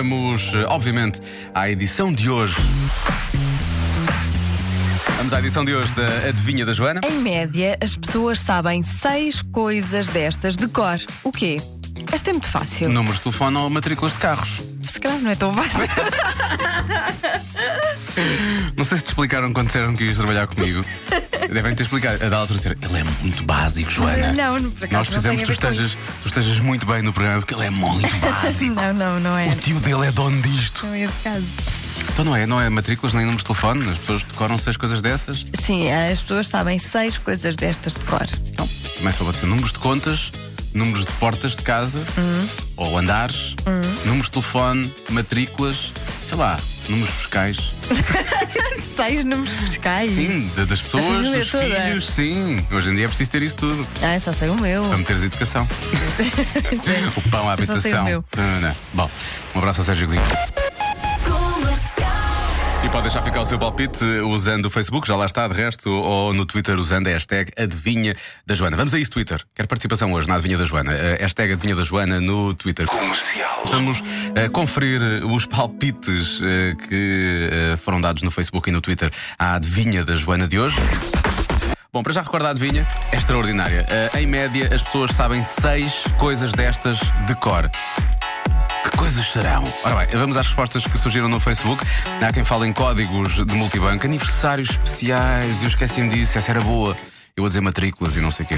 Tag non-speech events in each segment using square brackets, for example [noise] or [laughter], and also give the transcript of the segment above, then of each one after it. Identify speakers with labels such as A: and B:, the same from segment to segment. A: Vamos, eh, obviamente, à edição de hoje. Vamos à edição de hoje da Adivinha da Joana.
B: Em média, as pessoas sabem seis coisas destas de cor. O quê? Esta é muito fácil.
A: Números de telefone ou matrículas de carros.
B: Se calhar não é tão fácil.
A: Não sei se te explicaram quando disseram que ias trabalhar
B: [laughs]
A: comigo. Devem ter explicado. A da altura dizer, ele é muito básico, Joana.
B: Não, não, por acaso
A: Nós
B: não
A: precisamos que
B: tem a
A: tu
B: ver com
A: estejas, tu estejas muito bem no programa, porque ele é
B: [laughs]
A: muito básico.
B: Não, não, não é.
A: O tio dele é dono disto.
B: Não é esse caso.
A: Então não é, não é matrículas nem números de telefone, as pessoas decoram seis coisas dessas.
B: Sim, as pessoas sabem seis coisas destas de cor.
A: Então, começa a ser números de contas, números de portas de casa, ou andares, números de telefone, matrículas, sei lá, números fiscais.
B: Seis números fiscais?
A: Sim, da- das pessoas,
B: família
A: dos
B: toda.
A: filhos, sim. Hoje em dia é preciso ter isso tudo.
B: Ah, eu só sei o meu.
A: Para meteres educação. [laughs] o pão à
B: Eu só sei
A: habitação.
B: o meu.
A: Não, não, não. Bom, um abraço ao Sérgio Godinho. E pode deixar ficar o seu palpite eh, usando o Facebook, já lá está, de resto, ou no Twitter usando a hashtag Adivinha da Joana. Vamos a isso, Twitter. Quero participação hoje na Adivinha da Joana. Eh, hashtag Adivinha da Joana no Twitter. Comercial. Vamos eh, conferir eh, os palpites eh, que eh, foram dados no Facebook e no Twitter à Adivinha da Joana de hoje. Bom, para já recordar a adivinha, é extraordinária. Eh, em média, as pessoas sabem seis coisas destas de cor. Que coisas serão? Ora bem, vamos às respostas que surgiram no Facebook. Há quem fala em códigos de multibanco, aniversários especiais, eu esqueci-me disso, essa era boa. Eu vou dizer matrículas e não sei o quê.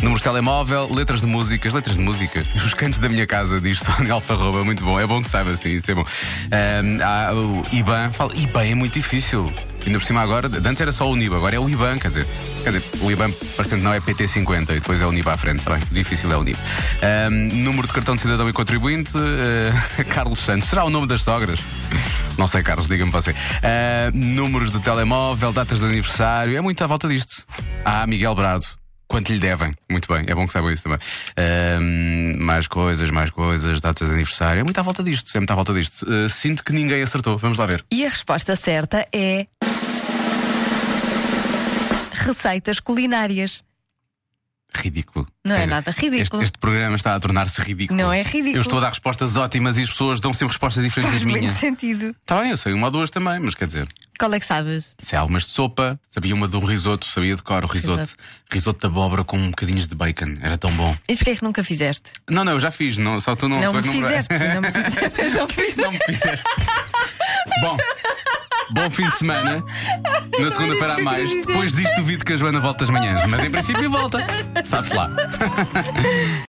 A: Números de telemóvel, letras de músicas, letras de músicas. [laughs] Os cantos da minha casa, diz Sónia Alfarroba, muito bom. É bom que saiba assim, isso é bom. Ahm, há o IBAN, fala, IBAN é muito difícil. Ainda por cima agora, antes era só o NIBA, agora é o IBAN, quer dizer, quer dizer o IBAN parecendo não é PT50 e depois é o NIBA à frente, está bem? Difícil é o NIBA. Ahm, número de cartão de cidadão e contribuinte, eh, [laughs] Carlos Santos, será o nome das sogras? Não sei, Carlos, diga-me você. Ah, números de telemóvel, datas de aniversário, é muito à volta disto. Ah, Miguel Brado. Quanto lhe devem? Muito bem, é bom que saibam isso também. Ahm, mais coisas, mais coisas, datas de aniversário. É muito à volta disto, é muito à volta disto. Ah, sinto que ninguém acertou. Vamos lá ver.
B: E a resposta certa é. Receitas culinárias.
A: Ridículo.
B: Não é
A: Sério.
B: nada ridículo.
A: Este, este programa está a tornar-se ridículo.
B: Não é ridículo.
A: Eu estou a dar respostas ótimas e as pessoas dão sempre respostas diferentes
B: [laughs] Faz
A: das minhas.
B: muito sentido.
A: Está bem, eu sei uma ou duas também, mas quer dizer,
B: Qual é que sabes?
A: sei algumas de sopa, sabia uma de um risoto, sabia de cor o risoto.
B: Exato.
A: Risoto de abóbora com um bocadinhos de bacon, era tão bom.
B: E porquê é que nunca fizeste?
A: Não, não, eu já fiz, não, só tu não
B: Não
A: tu é
B: me
A: que
B: fizeste, não me fizeste, não me
A: [laughs]
B: fizeste.
A: não me fizeste. bom. Bom fim de semana. Na segunda-feira há
B: que eu
A: mais.
B: queria dizer.
A: Depois disto, duvido que a Joana volta às manhãs. Mas em princípio volta. Sabes lá.